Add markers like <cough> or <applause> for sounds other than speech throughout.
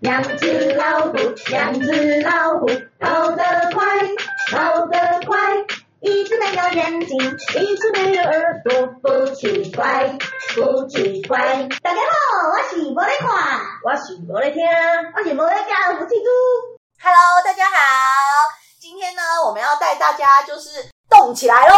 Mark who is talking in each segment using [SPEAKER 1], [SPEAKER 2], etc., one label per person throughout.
[SPEAKER 1] 两只老虎，两只老虎，跑得快，跑得快。一只没有眼睛，一只没有耳朵，不奇怪，不奇怪。
[SPEAKER 2] 大家好，我是无咧看，
[SPEAKER 1] 我是无咧听，
[SPEAKER 2] 我是无咧教，我是猪。
[SPEAKER 3] Hello，大家好，今天呢，我们要带大家就是动起来喽，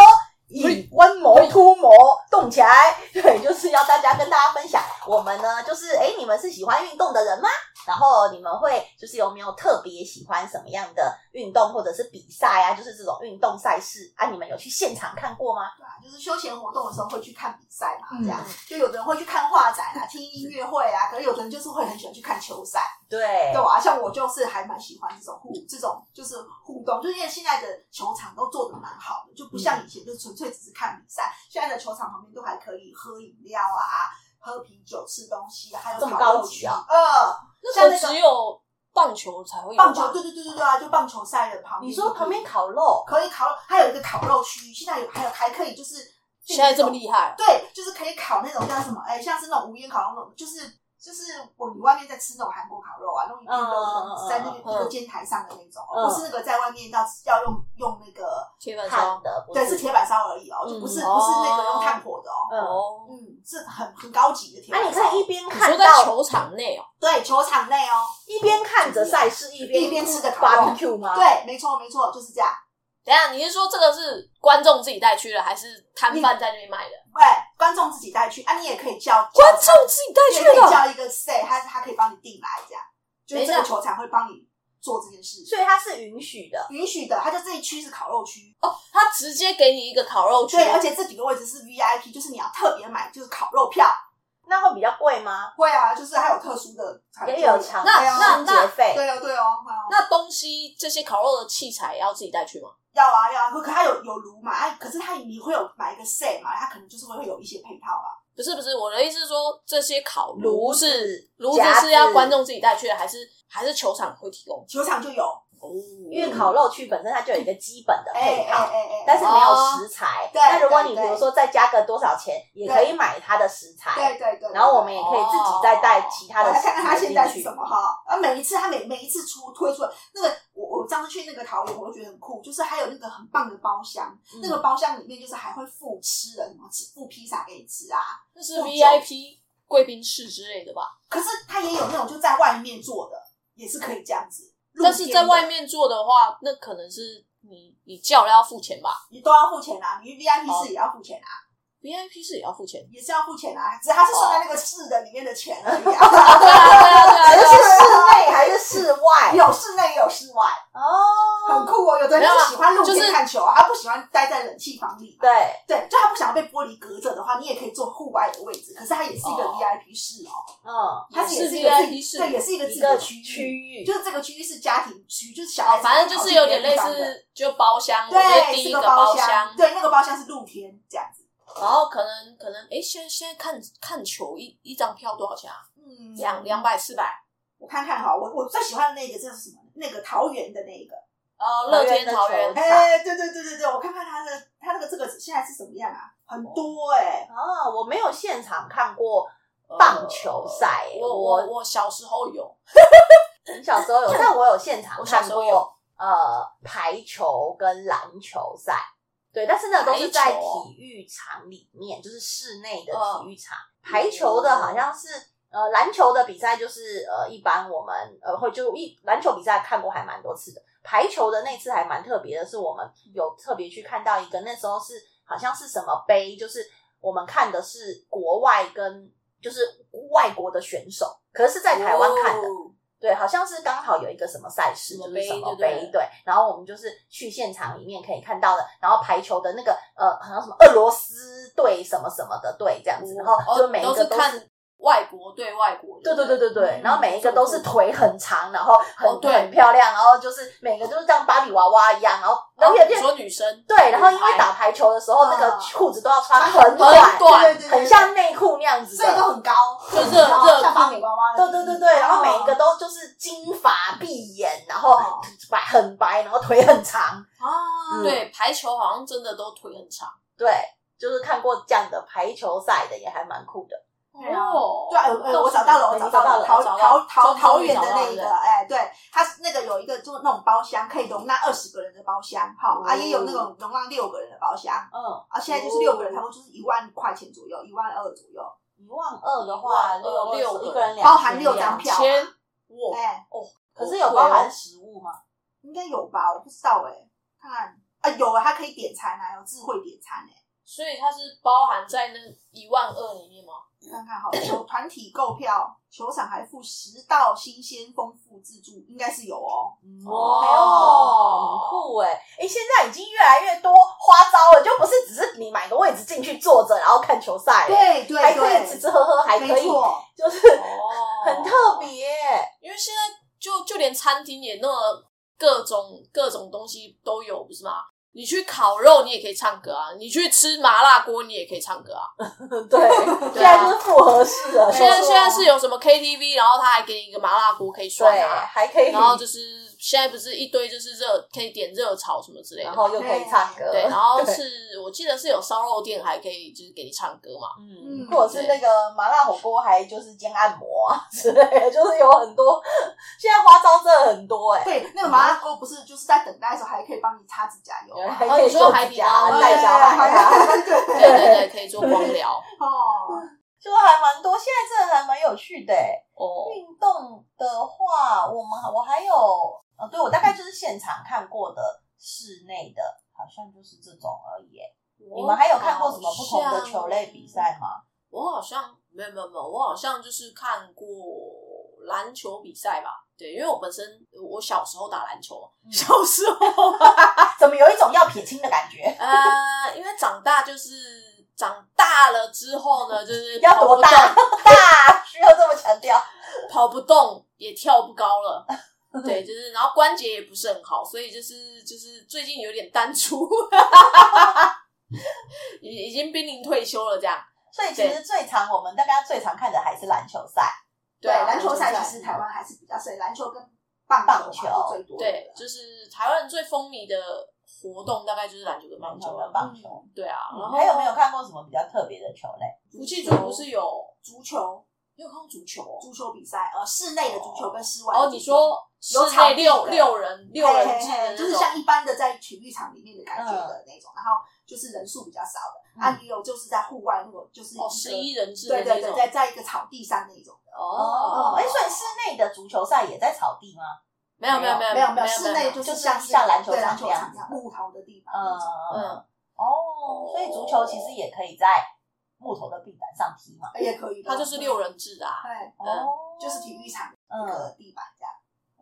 [SPEAKER 3] 以温谋突谋，动起来。对，就是要大家跟大家分享，我们呢就是哎，你们是喜欢运动的人吗？然后你们会就是有没有特别喜欢什么样的运动或者是比赛啊？就是这种运动赛事啊，你们有去现场看过吗？
[SPEAKER 4] 就是休闲活动的时候会去看比赛嘛，
[SPEAKER 3] 嗯
[SPEAKER 4] 这样就有的人会去看画展啊、听音乐会啊，可是有的人就是会很喜欢去看球赛，
[SPEAKER 3] 对，
[SPEAKER 4] 对啊，像我就是还蛮喜欢这种互这种就是互动，就是因为现在的球场都做的蛮好的，就不
[SPEAKER 3] 嗯
[SPEAKER 4] 像以前就纯粹只是看比赛，现在的球场旁边都还可以喝饮料啊、喝啤酒、吃东西啊，还有
[SPEAKER 3] 这么
[SPEAKER 4] 烤
[SPEAKER 3] 高
[SPEAKER 4] 肉
[SPEAKER 3] 级啊
[SPEAKER 4] 区呃，
[SPEAKER 5] 那
[SPEAKER 4] 像
[SPEAKER 5] 时
[SPEAKER 4] 那
[SPEAKER 5] 候
[SPEAKER 4] 个
[SPEAKER 5] 只有棒球才会有
[SPEAKER 4] 棒球，
[SPEAKER 5] 吧
[SPEAKER 4] 对对对对对啊，就棒球赛的旁
[SPEAKER 3] 哦
[SPEAKER 4] 边，
[SPEAKER 3] 你说旁边烤肉，
[SPEAKER 4] 可以烤，还有一个烤肉区，现在有还有还可以就是。
[SPEAKER 5] 现在这么厉害，
[SPEAKER 4] 对，就是可以烤那种叫什么？哎、像是那种无烟烤肉那种，就是就是我你外面在吃那种韩国烤肉啊，那种一片
[SPEAKER 3] 嗯嗯
[SPEAKER 4] 肉
[SPEAKER 3] 嗯
[SPEAKER 4] 在那个
[SPEAKER 5] 嗯
[SPEAKER 4] 一个尖台上的那种，
[SPEAKER 3] 嗯
[SPEAKER 4] 不是那个在外面要要用用那个，
[SPEAKER 5] 铁板
[SPEAKER 3] 看
[SPEAKER 5] 烧
[SPEAKER 3] 的不
[SPEAKER 4] 对，是铁板烧而已哦，
[SPEAKER 5] 嗯
[SPEAKER 4] 就不是、
[SPEAKER 5] 哦
[SPEAKER 4] 不是那个用炭火的哦，
[SPEAKER 3] 嗯，
[SPEAKER 5] 哦。
[SPEAKER 4] 嗯，是很很高级的铁
[SPEAKER 3] 那、
[SPEAKER 4] 板
[SPEAKER 3] 你
[SPEAKER 4] 烧。
[SPEAKER 3] 可以一边
[SPEAKER 5] 你
[SPEAKER 3] 看
[SPEAKER 5] 说在
[SPEAKER 3] 到
[SPEAKER 5] 球场内哦，
[SPEAKER 4] 对球场内哦，
[SPEAKER 3] 一边看着赛事，一边
[SPEAKER 4] 一边吃着烤肉
[SPEAKER 3] barbecue 吗？，
[SPEAKER 4] 对，没错没错，就是这样。
[SPEAKER 5] 等一下你是说这个是观众自己带去的，还是摊贩在那边卖的？
[SPEAKER 4] 喂，观众自己带去啊，你也可以叫
[SPEAKER 5] 观众自己带
[SPEAKER 4] 你
[SPEAKER 5] 去
[SPEAKER 4] 也可以
[SPEAKER 5] 的，
[SPEAKER 4] 叫一个 stay，他他可以帮你订来这样，就是这
[SPEAKER 3] 等
[SPEAKER 4] 个
[SPEAKER 3] 一下
[SPEAKER 4] 球场会帮你做这件事情。
[SPEAKER 3] 所以它是允许的。
[SPEAKER 4] 允许的，它就这一区是烤肉区，
[SPEAKER 3] 哦
[SPEAKER 5] 他直接给你一个烤肉区，
[SPEAKER 4] 对，而且这几个位置是 VIP，就是你要特别买，就是烤肉票。
[SPEAKER 3] 那会比较贵吗？
[SPEAKER 4] 会啊，就是还有特殊的场地，
[SPEAKER 3] 也有强
[SPEAKER 5] 那
[SPEAKER 3] 强
[SPEAKER 5] 那
[SPEAKER 3] 节费，
[SPEAKER 4] 对哦，对哦，会哦
[SPEAKER 5] 那东西这些烤肉的器材也要自己带去吗？
[SPEAKER 4] 要啊要啊，可可它有有炉嘛，啊，可是它你会有买一个 set 嘛，它可能就是会会有一些配套啊。
[SPEAKER 5] 不是不是，我的意思是说，这些烤
[SPEAKER 3] 炉
[SPEAKER 5] 炉
[SPEAKER 3] 子
[SPEAKER 5] 是炉子
[SPEAKER 3] 夹
[SPEAKER 5] 是要
[SPEAKER 3] 子
[SPEAKER 5] 观众自己带去的，还是还是球场会提供？
[SPEAKER 4] 球场就有，
[SPEAKER 5] 哦，
[SPEAKER 3] 因为烤肉区本身它就有一个基本的
[SPEAKER 4] 哎哎
[SPEAKER 3] 配
[SPEAKER 4] 哎
[SPEAKER 3] 套，
[SPEAKER 4] 哎哎，
[SPEAKER 3] 但是没
[SPEAKER 4] 哦
[SPEAKER 3] 有食材。
[SPEAKER 4] 对
[SPEAKER 3] 那如果你比
[SPEAKER 4] 对对
[SPEAKER 3] 如说再加个多少钱，也可以买它的食材，
[SPEAKER 4] 对对对，
[SPEAKER 3] 然后我们也可以自己再带其他
[SPEAKER 5] 哦
[SPEAKER 4] 我
[SPEAKER 3] 的
[SPEAKER 4] 来
[SPEAKER 3] 食
[SPEAKER 4] 看看它
[SPEAKER 3] 材
[SPEAKER 4] 现
[SPEAKER 3] 进
[SPEAKER 4] 在是
[SPEAKER 3] 去 <laughs>
[SPEAKER 4] 什。么哈。啊，每一次它每每一次出推出来那个，我我上次去那个桃园，我就觉得很酷，就是还有那个很棒的包厢，那
[SPEAKER 5] 嗯
[SPEAKER 4] 个包厢里面就是还会附吃的，什么吃附披萨给你吃啊。
[SPEAKER 5] 那
[SPEAKER 4] 那
[SPEAKER 5] 是
[SPEAKER 4] 种
[SPEAKER 5] VIP 贵宾室之类的吧？
[SPEAKER 4] 可是它也有那种就在外面做的，也是可以这样子。露
[SPEAKER 5] 但是
[SPEAKER 4] 天的
[SPEAKER 5] 在外面做的话，那可能是你你叫了要付钱吧
[SPEAKER 4] 你都要付钱啊，你 VIP
[SPEAKER 5] 哦
[SPEAKER 4] 室也要付钱啊，？
[SPEAKER 5] ？VIP 室也要付钱
[SPEAKER 4] 也是要付钱啊，只是它
[SPEAKER 5] 哦
[SPEAKER 4] 是算在那个室的里面的钱而已啊。 <laughs>
[SPEAKER 5] 对啊对啊对啊
[SPEAKER 3] 这
[SPEAKER 5] 对
[SPEAKER 3] 是
[SPEAKER 5] 啊！
[SPEAKER 3] 室内还是室外？
[SPEAKER 4] 有室内也有室外，很
[SPEAKER 3] 哦，
[SPEAKER 4] 酷哦。有的人
[SPEAKER 5] 没有啊
[SPEAKER 4] 是喜欢露
[SPEAKER 5] 就
[SPEAKER 4] 天
[SPEAKER 5] 是
[SPEAKER 4] 看球啊，他不喜欢待在冷气房里嘛。
[SPEAKER 3] 对，
[SPEAKER 4] 对，就他不想要被玻璃隔着的话，你也可以坐户外的位置，可是它也是一个
[SPEAKER 5] 哦
[SPEAKER 4] VIP 室哦，
[SPEAKER 3] 嗯，
[SPEAKER 4] 它也
[SPEAKER 5] 是
[SPEAKER 4] 是一个自
[SPEAKER 5] VIP 室
[SPEAKER 4] 对，也是一个自
[SPEAKER 3] 一
[SPEAKER 4] 己
[SPEAKER 3] 个
[SPEAKER 4] 的
[SPEAKER 3] 区
[SPEAKER 4] 域，
[SPEAKER 3] 域，
[SPEAKER 4] 就是这个区域是家庭区，就是小孩
[SPEAKER 5] 哦，
[SPEAKER 4] 子
[SPEAKER 5] 反正就是有点类
[SPEAKER 4] 跑去别的地方的
[SPEAKER 5] 似就包厢，我是
[SPEAKER 4] 对，
[SPEAKER 5] 第
[SPEAKER 4] 是
[SPEAKER 5] 一个
[SPEAKER 4] 包
[SPEAKER 5] 包厢，
[SPEAKER 4] 对，那个包厢是露天这样子，
[SPEAKER 5] 然后可能可能诶，现在现在看看球一一张票多少钱啊？
[SPEAKER 4] 嗯
[SPEAKER 5] 两两百四百？
[SPEAKER 4] 我看看哈，我我最喜欢的那个就是什么？那个桃园的那个，
[SPEAKER 5] 呃，乐天
[SPEAKER 3] 桃
[SPEAKER 5] 桃
[SPEAKER 3] 园
[SPEAKER 5] 园
[SPEAKER 3] 的球
[SPEAKER 4] 哎、对对对对对，我看看它的它那个这个现在是什么样啊？很多哎、
[SPEAKER 3] 哦，我没有现场看过
[SPEAKER 5] 呃
[SPEAKER 3] 棒球赛欸
[SPEAKER 5] 哦我
[SPEAKER 3] 我
[SPEAKER 5] 我我小时候有，
[SPEAKER 3] 你小时候有，但我有现场
[SPEAKER 5] 我小
[SPEAKER 3] 看
[SPEAKER 5] 时候有
[SPEAKER 3] 过呃排球跟篮球赛，对，但是那个都是在
[SPEAKER 5] 排球哦嗯
[SPEAKER 3] 体育场里面，就是室内的体育场。排球的好像是呃篮球的比赛，就是呃一般我们呃会就一篮球比赛看过还蛮多次的。排球的那次还蛮特别的，是我们有特别去看到一个，那时候是好像是什么杯，就是我们看的是国外跟就是外国的选手，可是是在台湾看的，
[SPEAKER 5] 哦
[SPEAKER 3] 对，好像是刚好有一个什么赛事，
[SPEAKER 5] 什么
[SPEAKER 3] 就是什
[SPEAKER 5] 杯
[SPEAKER 3] 么
[SPEAKER 5] 就对
[SPEAKER 3] 杯
[SPEAKER 5] 了，
[SPEAKER 3] 对。然后我们就是去现场里面可以看到的，然后排球的那个呃，好像什么俄罗斯队什么什么的队这样子，然后就
[SPEAKER 5] 哦
[SPEAKER 3] 每一
[SPEAKER 5] 都
[SPEAKER 3] 个
[SPEAKER 5] 是
[SPEAKER 3] 都
[SPEAKER 5] 看外国对外国的，
[SPEAKER 3] 对对对对对，
[SPEAKER 5] 嗯
[SPEAKER 3] 然后每一个都是腿很长，然后很、
[SPEAKER 5] 哦对
[SPEAKER 3] 很漂亮，然后就是每个就是像芭比娃娃一样，然后然后有
[SPEAKER 5] 哦嗯你
[SPEAKER 3] 点
[SPEAKER 5] 说女生
[SPEAKER 3] 对，然后因为
[SPEAKER 5] 女孩
[SPEAKER 3] 打排球的时候，那个
[SPEAKER 4] 嗯
[SPEAKER 3] 裤子都要穿
[SPEAKER 4] 穿
[SPEAKER 3] 很
[SPEAKER 4] 很
[SPEAKER 3] 短，
[SPEAKER 5] 短
[SPEAKER 4] 对对对对
[SPEAKER 3] 很像内裤那样子
[SPEAKER 4] 所以都
[SPEAKER 3] 的。
[SPEAKER 4] 很高，
[SPEAKER 5] 哦就
[SPEAKER 4] 很
[SPEAKER 5] 热
[SPEAKER 4] 高
[SPEAKER 5] 热
[SPEAKER 4] 像芭
[SPEAKER 5] 裤
[SPEAKER 4] 比娃娃的
[SPEAKER 3] 对
[SPEAKER 4] 那
[SPEAKER 3] 对对
[SPEAKER 4] 种，
[SPEAKER 3] 对，然后每一个
[SPEAKER 4] 哦
[SPEAKER 3] 都就是金发碧眼，然后
[SPEAKER 4] 哦
[SPEAKER 3] 白很白，然后腿很长，嗯
[SPEAKER 4] 啊，
[SPEAKER 5] 对排球好像真的都腿很长。
[SPEAKER 3] 对，就是看过这样的排球赛的，也还蛮酷的。
[SPEAKER 4] 对啊
[SPEAKER 5] 哦哎
[SPEAKER 4] 对啊，呃呃，我找到了，我找到
[SPEAKER 3] 找
[SPEAKER 4] 了，桃
[SPEAKER 3] 到了
[SPEAKER 4] 桃
[SPEAKER 5] 找到
[SPEAKER 4] 桃
[SPEAKER 5] 了
[SPEAKER 4] 桃园的
[SPEAKER 5] 找到
[SPEAKER 4] 那
[SPEAKER 5] 了
[SPEAKER 4] 一个，哎，对，它是那个有一个就那种包厢，可以容纳二十个人的包厢，哈，啊，
[SPEAKER 3] 哦
[SPEAKER 4] 也有那种容纳六个人的包厢，
[SPEAKER 3] 嗯，
[SPEAKER 4] 啊，现在就是六个人，差不多就是一万块钱左右，一万二左右，
[SPEAKER 3] 一万二的话，
[SPEAKER 5] 一万二
[SPEAKER 3] 六
[SPEAKER 5] 六
[SPEAKER 3] 六
[SPEAKER 5] 个
[SPEAKER 3] 一个人两
[SPEAKER 4] 包含六
[SPEAKER 3] 千
[SPEAKER 4] 张
[SPEAKER 3] 两
[SPEAKER 4] 票啊，
[SPEAKER 5] 千哇，
[SPEAKER 4] 哎，
[SPEAKER 3] 可是有包含食物吗？
[SPEAKER 4] 应该有吧？我不知道哎，看看啊，有啊，它可以点餐啊，有智慧点餐哎，
[SPEAKER 5] 所以它是包含在那一万二里面吗？
[SPEAKER 4] 看看好了，有团体购票，球场还附十道新鲜丰富自助，应该是有哦。
[SPEAKER 3] 哦，很酷哎！哎，现在已经越来越多花招了，就不是只是你买个位置进去坐着，然后看球赛，，
[SPEAKER 4] 对对
[SPEAKER 3] 还可以吃
[SPEAKER 4] 对，
[SPEAKER 3] 吃喝喝，还可
[SPEAKER 4] 没
[SPEAKER 3] 以
[SPEAKER 4] 错，
[SPEAKER 3] 就是
[SPEAKER 5] 哦
[SPEAKER 3] <laughs> 很特，别。欸
[SPEAKER 5] 因为现在就就连餐厅也那么各种各种东西都有，不是吗？你去烤肉，你也可以唱歌啊；你去吃麻辣锅，你也可以唱歌啊。
[SPEAKER 3] <laughs> 对，啊现在就是复合式的，
[SPEAKER 5] 现在
[SPEAKER 4] 没错
[SPEAKER 5] 现在是有什么 KTV，然后他还给你一个麻辣锅可以涮
[SPEAKER 3] 对，
[SPEAKER 5] 啊，
[SPEAKER 3] 还可以，
[SPEAKER 5] 然后就是现在不是一堆就是热可以点热炒什么之类的
[SPEAKER 3] 然
[SPEAKER 5] 嘛，
[SPEAKER 3] 后又可以唱歌，
[SPEAKER 5] 对，然后是我记得是有烧肉店还可以就是给你唱歌
[SPEAKER 3] <laughs>
[SPEAKER 5] 嘛，
[SPEAKER 3] 嗯，
[SPEAKER 4] 嗯
[SPEAKER 3] 或者是那个麻辣火锅，还就是兼按摩啊之类的，就是有很多，现在花招真的很多哎、
[SPEAKER 5] <laughs>
[SPEAKER 4] 对，那个麻辣锅不是就是在等待的时候还可以帮你擦指甲油啊，
[SPEAKER 3] 还
[SPEAKER 5] 哦
[SPEAKER 3] 可以
[SPEAKER 5] 你说
[SPEAKER 3] 做
[SPEAKER 5] 海
[SPEAKER 3] 指
[SPEAKER 5] 底
[SPEAKER 3] 甲
[SPEAKER 5] 捞
[SPEAKER 3] 啊
[SPEAKER 4] <laughs>
[SPEAKER 3] 带小孩啊， <laughs>
[SPEAKER 5] 对对对，可以做光疗
[SPEAKER 4] 哦，
[SPEAKER 5] <laughs>
[SPEAKER 3] 就是还蛮多，现在真的还蛮有趣的、欸。
[SPEAKER 5] 哦，
[SPEAKER 3] 运动的话，我们我还有，呃，对我大概就是现场看过的室内的，好像就是这种而已、欸。你们还有看过什么不同的球类比赛吗？
[SPEAKER 5] 我好像没有没有没有，我好像就是看过篮球比赛吧。对，因为我本身我小时候打篮球，
[SPEAKER 3] 嗯
[SPEAKER 5] 小时候，
[SPEAKER 3] 怎么有一种要撇清的感觉？
[SPEAKER 5] 呃，因为长大就是长大了之后
[SPEAKER 3] <laughs>
[SPEAKER 5] 呢，就是
[SPEAKER 3] 要多大
[SPEAKER 5] 跑不动？
[SPEAKER 3] 大 <laughs> 需要这么强调？
[SPEAKER 5] 跑不动也跳不高
[SPEAKER 3] <laughs>
[SPEAKER 5] 了。对，就是然后关节也不是很好，所以就是就是最近有点单
[SPEAKER 3] <laughs>
[SPEAKER 5] 出，已已经濒临退休了这样。
[SPEAKER 3] 所以其实最常我们大家最常看的还是篮球赛。
[SPEAKER 4] 对，
[SPEAKER 5] 啊
[SPEAKER 4] 篮球赛其实台湾还是比较少，篮球跟棒球嘛是最多的
[SPEAKER 5] 对，就是台湾人最风靡的活动大概就是篮球跟棒
[SPEAKER 3] 棒
[SPEAKER 5] 球
[SPEAKER 3] 球
[SPEAKER 5] 了
[SPEAKER 3] 跟
[SPEAKER 5] 吧？
[SPEAKER 3] 棒球。嗯
[SPEAKER 5] 对啊，
[SPEAKER 4] 嗯
[SPEAKER 5] 然后
[SPEAKER 3] 还有没有看过什么比较特别的球类？
[SPEAKER 5] 福气猪不是有
[SPEAKER 4] 足球，
[SPEAKER 5] 你有看过足球哦？
[SPEAKER 4] 足球比赛，呃，室内的足球跟室外的
[SPEAKER 5] 哦，
[SPEAKER 4] 足球
[SPEAKER 5] 你说室
[SPEAKER 4] 有场
[SPEAKER 5] 内
[SPEAKER 4] 地
[SPEAKER 5] 六
[SPEAKER 4] 的
[SPEAKER 5] 六人六
[SPEAKER 4] 嘿
[SPEAKER 5] 人
[SPEAKER 4] 嘿
[SPEAKER 5] 制
[SPEAKER 4] 嘿
[SPEAKER 5] 的
[SPEAKER 4] 就是
[SPEAKER 5] 那种嗯
[SPEAKER 4] 像一般的在体育场里面的感觉的那种，然后就是人数比较少的，啊，也有就是在户外那种，就是一个
[SPEAKER 5] 哦十一人制的
[SPEAKER 4] 对
[SPEAKER 5] 那
[SPEAKER 4] 对对，
[SPEAKER 5] 种
[SPEAKER 4] 在在一个草地上那种的，
[SPEAKER 5] 哦
[SPEAKER 3] 哎、所以室内的足球赛也在草地吗？
[SPEAKER 5] 没有没有没有
[SPEAKER 4] 没有
[SPEAKER 5] 没
[SPEAKER 4] 没有，室内就是是像
[SPEAKER 3] 像篮球
[SPEAKER 4] 对
[SPEAKER 3] 场
[SPEAKER 4] 篮球
[SPEAKER 3] 这样
[SPEAKER 4] 场这样木头的地方那种，
[SPEAKER 5] 嗯，
[SPEAKER 3] 嗯哦，所以足球其实也可以在木头的地板上踢嘛。
[SPEAKER 4] 哎也可以的，
[SPEAKER 5] 它就是六人制的啊。
[SPEAKER 4] 对，
[SPEAKER 3] 哦，
[SPEAKER 4] 就是体育场
[SPEAKER 3] 嗯，
[SPEAKER 4] 那个地板这样。
[SPEAKER 5] 哦
[SPEAKER 4] 哦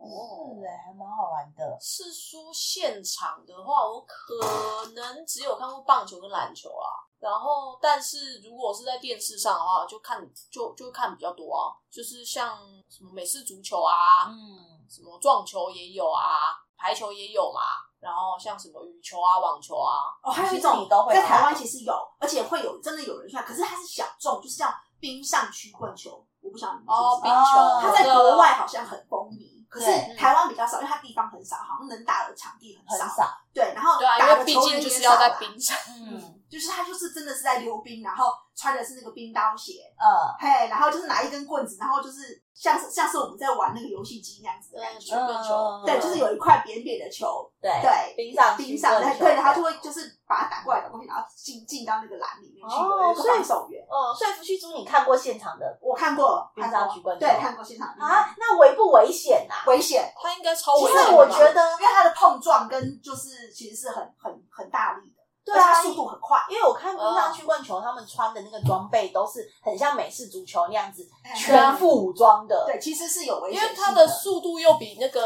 [SPEAKER 3] 是哎，还蛮好玩的。
[SPEAKER 5] 是说现场的话，我可能只有看过棒球跟篮球啦。然后，但是如果是在电视上的话，就看就就看比较多啊，就是像什么美式足球啊，
[SPEAKER 3] 嗯，
[SPEAKER 5] 什么撞球也有啊，排球也有嘛，然后像什么羽球啊、网球啊，
[SPEAKER 4] 哦，还有一
[SPEAKER 3] 其实
[SPEAKER 4] 种
[SPEAKER 3] 你都会
[SPEAKER 4] 在
[SPEAKER 3] 打
[SPEAKER 4] 台湾其实有，而且会有真的有人去打，可是它是小众，就是叫冰上曲棍球，我不晓得你们知
[SPEAKER 5] 哦，
[SPEAKER 4] 不知
[SPEAKER 5] 冰
[SPEAKER 4] 道。
[SPEAKER 5] 球，
[SPEAKER 3] 哦
[SPEAKER 4] 它在国外好像很风靡，可是
[SPEAKER 5] 嗯
[SPEAKER 3] 对
[SPEAKER 4] 台湾比较少，因为它地方很少，好像能打的场地很
[SPEAKER 3] 很
[SPEAKER 4] 少。
[SPEAKER 3] 少。
[SPEAKER 4] 对，然后
[SPEAKER 5] 对啊，
[SPEAKER 4] 打
[SPEAKER 5] 因
[SPEAKER 4] 的
[SPEAKER 5] 为毕
[SPEAKER 4] 球
[SPEAKER 5] 竟
[SPEAKER 4] 员
[SPEAKER 5] 就
[SPEAKER 4] 也
[SPEAKER 5] 是
[SPEAKER 4] 少
[SPEAKER 5] 要
[SPEAKER 4] 啊
[SPEAKER 5] 在，冰
[SPEAKER 4] <laughs>
[SPEAKER 5] 上，
[SPEAKER 3] 嗯
[SPEAKER 4] 就是他就是真的是在溜冰，然后穿的是那个冰刀鞋，
[SPEAKER 3] 嗯，
[SPEAKER 4] 嘿，然后就是拿一根棍子，然后就是像是像是我们在玩那个游戏机那样子的感
[SPEAKER 5] 嗯，
[SPEAKER 4] 觉。
[SPEAKER 5] 曲棍球，
[SPEAKER 4] 对，就是有一块扁扁的球，
[SPEAKER 3] 对
[SPEAKER 4] 对
[SPEAKER 3] 冰上
[SPEAKER 4] 冰
[SPEAKER 3] 曲
[SPEAKER 4] 上
[SPEAKER 3] 棍
[SPEAKER 4] 的，
[SPEAKER 3] 球
[SPEAKER 4] 对，然后就会就是把它打过来打过去，然后进进到那个篮里面去，
[SPEAKER 3] 哦
[SPEAKER 4] 有一个
[SPEAKER 3] 所以
[SPEAKER 4] 防守员。
[SPEAKER 3] 哦，所以福气猪，你看过现场的
[SPEAKER 4] 我看过，
[SPEAKER 3] 冰
[SPEAKER 4] 看
[SPEAKER 3] 上
[SPEAKER 4] 过
[SPEAKER 3] 曲棍球
[SPEAKER 4] 对，看过现场
[SPEAKER 3] 啊？那危不危险啊呐、
[SPEAKER 4] 危险，
[SPEAKER 5] 它应该超
[SPEAKER 3] 因
[SPEAKER 5] 危险
[SPEAKER 3] 为
[SPEAKER 5] 的
[SPEAKER 3] 哦我
[SPEAKER 5] 吧
[SPEAKER 3] 觉得
[SPEAKER 4] 因为它的碰撞跟就是其实是很很很大力的，
[SPEAKER 3] 对
[SPEAKER 4] 而且
[SPEAKER 3] 啊
[SPEAKER 4] 它，速度很快，
[SPEAKER 3] 因为我看冰
[SPEAKER 4] 嗯
[SPEAKER 3] 上曲棍球，他们穿的那个装备都是很像美式足球那样子，全副武装的。
[SPEAKER 4] 哎对，其实是有危
[SPEAKER 5] 因
[SPEAKER 4] 险
[SPEAKER 5] 为
[SPEAKER 4] 性
[SPEAKER 5] 它的速度又比那个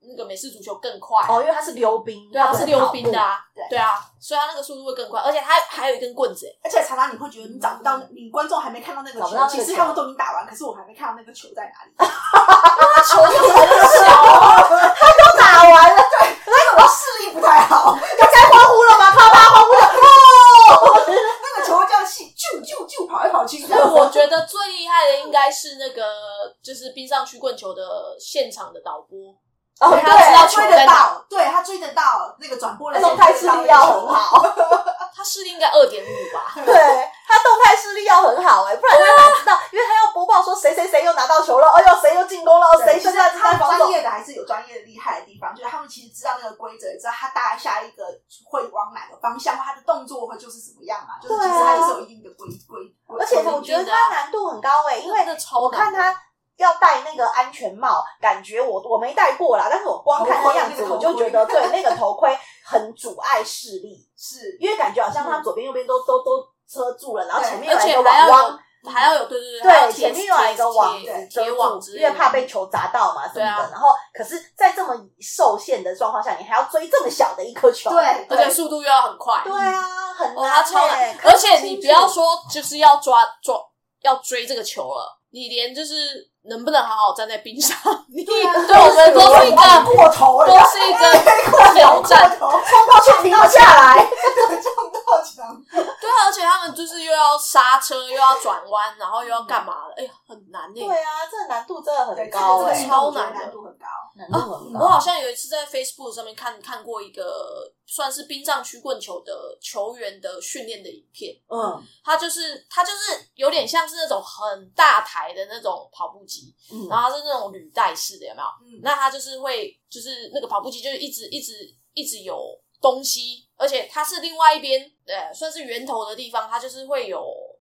[SPEAKER 5] 那个美式足球更快，
[SPEAKER 3] 哦，因为它是溜冰，
[SPEAKER 5] 对啊，
[SPEAKER 3] 它
[SPEAKER 5] 是溜冰的
[SPEAKER 3] 啊。
[SPEAKER 5] 啊
[SPEAKER 4] 对，
[SPEAKER 5] 对啊，所以它那个速度会更快，而且它还有一根棍子欸，
[SPEAKER 4] 而且常常你会觉得你找不到，你观众还没看到那个
[SPEAKER 3] 嗯找不
[SPEAKER 4] 球
[SPEAKER 3] 到，那
[SPEAKER 4] 其
[SPEAKER 3] 个
[SPEAKER 4] 实
[SPEAKER 3] 球
[SPEAKER 4] 他们都已经打完，可是我还没看到那个球在哪
[SPEAKER 3] <laughs>
[SPEAKER 4] 里。
[SPEAKER 5] 球就很
[SPEAKER 4] <laughs>
[SPEAKER 5] 小，
[SPEAKER 3] 都打完了，
[SPEAKER 4] 那个视力不太好，
[SPEAKER 3] 大家欢呼了吗？啪啪欢呼了，哦！
[SPEAKER 4] 那个球这样细，啾啾啾跑来跑去，
[SPEAKER 5] 但我觉得 <laughs> 最厉害的应该是那个就是冰上曲棍球的现场的导播，
[SPEAKER 3] 哦，
[SPEAKER 5] 对
[SPEAKER 3] 他知道
[SPEAKER 5] 他
[SPEAKER 4] 追得到，对他追得到那个转播的
[SPEAKER 3] 那种太视力要很
[SPEAKER 4] 好，
[SPEAKER 5] 啊
[SPEAKER 3] 好， <laughs>
[SPEAKER 5] 他视力应该二点五吧，
[SPEAKER 3] 对他动态视力要很好哎、不然他哪知
[SPEAKER 4] 啊
[SPEAKER 3] 道？因为他要播报说谁谁谁又拿到球了，哎呦谁又进攻了，哦谁
[SPEAKER 4] 就
[SPEAKER 3] 现
[SPEAKER 4] 是
[SPEAKER 3] 在
[SPEAKER 4] 他
[SPEAKER 3] 在
[SPEAKER 4] 们
[SPEAKER 3] 防
[SPEAKER 4] 专
[SPEAKER 3] 守。
[SPEAKER 4] 业的还是有专业的厉害的地方，就是他们其实知道那个规则，也知道他大概下一个会往哪个方向，或他的动作会就是什么样嘛，就是
[SPEAKER 3] 对
[SPEAKER 4] 其
[SPEAKER 3] 啊
[SPEAKER 4] 实他就是有一定的规规，规
[SPEAKER 3] 而且
[SPEAKER 4] 规
[SPEAKER 3] 我觉得他难度很高哎、因为
[SPEAKER 5] 真的超
[SPEAKER 3] 我看他要戴那个安全帽，感觉我我没戴过啦，但是我光看
[SPEAKER 4] 头
[SPEAKER 3] 那
[SPEAKER 4] 盔
[SPEAKER 3] 样子，
[SPEAKER 4] 那个
[SPEAKER 3] 我
[SPEAKER 4] 头盔
[SPEAKER 3] 就觉得对那个头盔很阻碍视力，
[SPEAKER 4] 是
[SPEAKER 3] 因为感觉好像他左边右边都都都遮住了，然后前
[SPEAKER 5] 嗯
[SPEAKER 3] 面
[SPEAKER 5] 而
[SPEAKER 3] 有一
[SPEAKER 5] 且
[SPEAKER 3] 个
[SPEAKER 5] 还
[SPEAKER 3] 网
[SPEAKER 5] 要
[SPEAKER 3] 网，
[SPEAKER 5] 有还要有对对还要
[SPEAKER 3] 对，
[SPEAKER 5] 贴
[SPEAKER 3] 前面有一个网
[SPEAKER 5] 贴
[SPEAKER 3] 子
[SPEAKER 5] 贴
[SPEAKER 3] 遮
[SPEAKER 5] 网
[SPEAKER 3] 住，
[SPEAKER 5] 之
[SPEAKER 3] 因
[SPEAKER 5] 类的
[SPEAKER 3] 为怕被球砸到嘛什
[SPEAKER 5] 对
[SPEAKER 3] 么
[SPEAKER 5] 啊
[SPEAKER 3] 的。然后可是，在这么受限的状况下，你还要追这么小的一颗球，
[SPEAKER 4] 对，
[SPEAKER 5] 而且速度又要很快。
[SPEAKER 3] 对啊，很
[SPEAKER 5] 哦，他
[SPEAKER 3] 难
[SPEAKER 5] 超
[SPEAKER 3] 欸
[SPEAKER 5] 难，
[SPEAKER 3] 看
[SPEAKER 5] 而
[SPEAKER 3] 不
[SPEAKER 5] 且
[SPEAKER 3] 清
[SPEAKER 5] 你不
[SPEAKER 3] 楚
[SPEAKER 5] 要说就是要抓抓要追这个球了，你连就是能不能好好站在冰上，你对
[SPEAKER 3] 啊
[SPEAKER 5] 我们都是一
[SPEAKER 3] 玩
[SPEAKER 5] 个
[SPEAKER 3] 过头了，
[SPEAKER 5] 都是一
[SPEAKER 3] <laughs>
[SPEAKER 5] 个挑战。
[SPEAKER 3] 冲过去停不下来。
[SPEAKER 4] 撞到墙，
[SPEAKER 5] 对啊，而且他们就是又要刹车，又要转弯，然后又要干嘛的？哎呀，很难呢、
[SPEAKER 3] 对啊，这个难度真的很
[SPEAKER 4] 对，
[SPEAKER 3] 高
[SPEAKER 4] 这
[SPEAKER 3] 欸
[SPEAKER 4] 个
[SPEAKER 5] 对
[SPEAKER 4] 运
[SPEAKER 5] 超
[SPEAKER 4] 动
[SPEAKER 5] 难的
[SPEAKER 4] 难度很高。
[SPEAKER 3] 难
[SPEAKER 5] 啊
[SPEAKER 3] 度很
[SPEAKER 5] 我
[SPEAKER 3] 高。
[SPEAKER 5] 好像有一次在 Facebook 上面看看过一个算是冰上曲棍球的球员的训练的影片，
[SPEAKER 3] 嗯
[SPEAKER 5] 他就是他就是有点像是那种很大台的那种跑步机，
[SPEAKER 3] 嗯
[SPEAKER 5] 然后它是那种履带式的，有没有？
[SPEAKER 4] 嗯
[SPEAKER 5] 那它就是会，就是那个跑步机就是一直一直一直有东西，而且它是另外一边，呃，算是源头的地方，它就是会有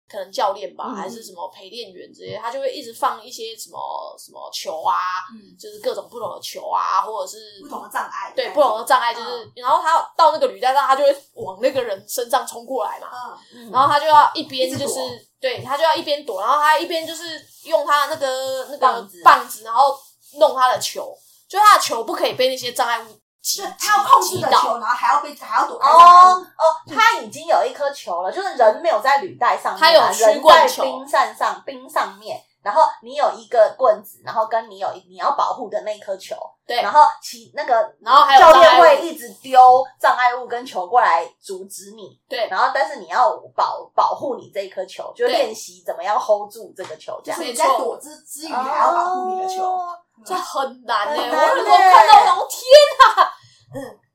[SPEAKER 5] 可能教练吧，
[SPEAKER 3] 嗯
[SPEAKER 5] 还是什么陪练员之类的，他就会一直放一些什么什么球啊，
[SPEAKER 4] 嗯，
[SPEAKER 5] 就是各种不同的球啊，或者是
[SPEAKER 4] 不同的障碍，
[SPEAKER 5] 对不同的障碍，就是、然后他到那个履带上，他就会往那个人身上冲过来嘛，
[SPEAKER 4] 嗯，
[SPEAKER 3] 嗯
[SPEAKER 5] 然后他就要一边
[SPEAKER 4] 一直
[SPEAKER 5] 就
[SPEAKER 4] 躲
[SPEAKER 5] 是对他就要一边躲，然后他一边就是用他的那个那
[SPEAKER 3] 棒
[SPEAKER 5] 个
[SPEAKER 3] 子
[SPEAKER 5] 棒子，然后弄他的球，就他的球不可以被那些障碍物击
[SPEAKER 4] 就他要控制
[SPEAKER 5] 击
[SPEAKER 4] 的
[SPEAKER 5] 到，
[SPEAKER 4] 球，然后还要被还要躲开
[SPEAKER 3] 哦哦，他已经有一颗球了，就是人没有在履带上面
[SPEAKER 5] 他有
[SPEAKER 3] 嘛
[SPEAKER 5] 曲棍球
[SPEAKER 3] 人在冰扇上冰上面，然后你有一个棍子，然后跟你有你要保护的那颗球，
[SPEAKER 5] 对，
[SPEAKER 3] 然后其那个
[SPEAKER 5] 然后还有
[SPEAKER 3] 教
[SPEAKER 5] 障
[SPEAKER 3] 练
[SPEAKER 5] 碍物，
[SPEAKER 3] 会一直丢障碍物跟球过来阻止你，
[SPEAKER 5] 对
[SPEAKER 3] 然后但是你要保保护你这一颗球，就
[SPEAKER 5] 对
[SPEAKER 3] 练习怎么样 hold 住这个球，这
[SPEAKER 4] 就
[SPEAKER 3] 样
[SPEAKER 4] 是
[SPEAKER 5] 没
[SPEAKER 4] 你
[SPEAKER 5] 错
[SPEAKER 4] 在躲之之余，还要保护你的球，
[SPEAKER 3] 哦
[SPEAKER 5] 这很难呢、
[SPEAKER 3] 很
[SPEAKER 5] 我
[SPEAKER 3] 难
[SPEAKER 5] 如
[SPEAKER 3] 欸
[SPEAKER 5] 果看到，然后天，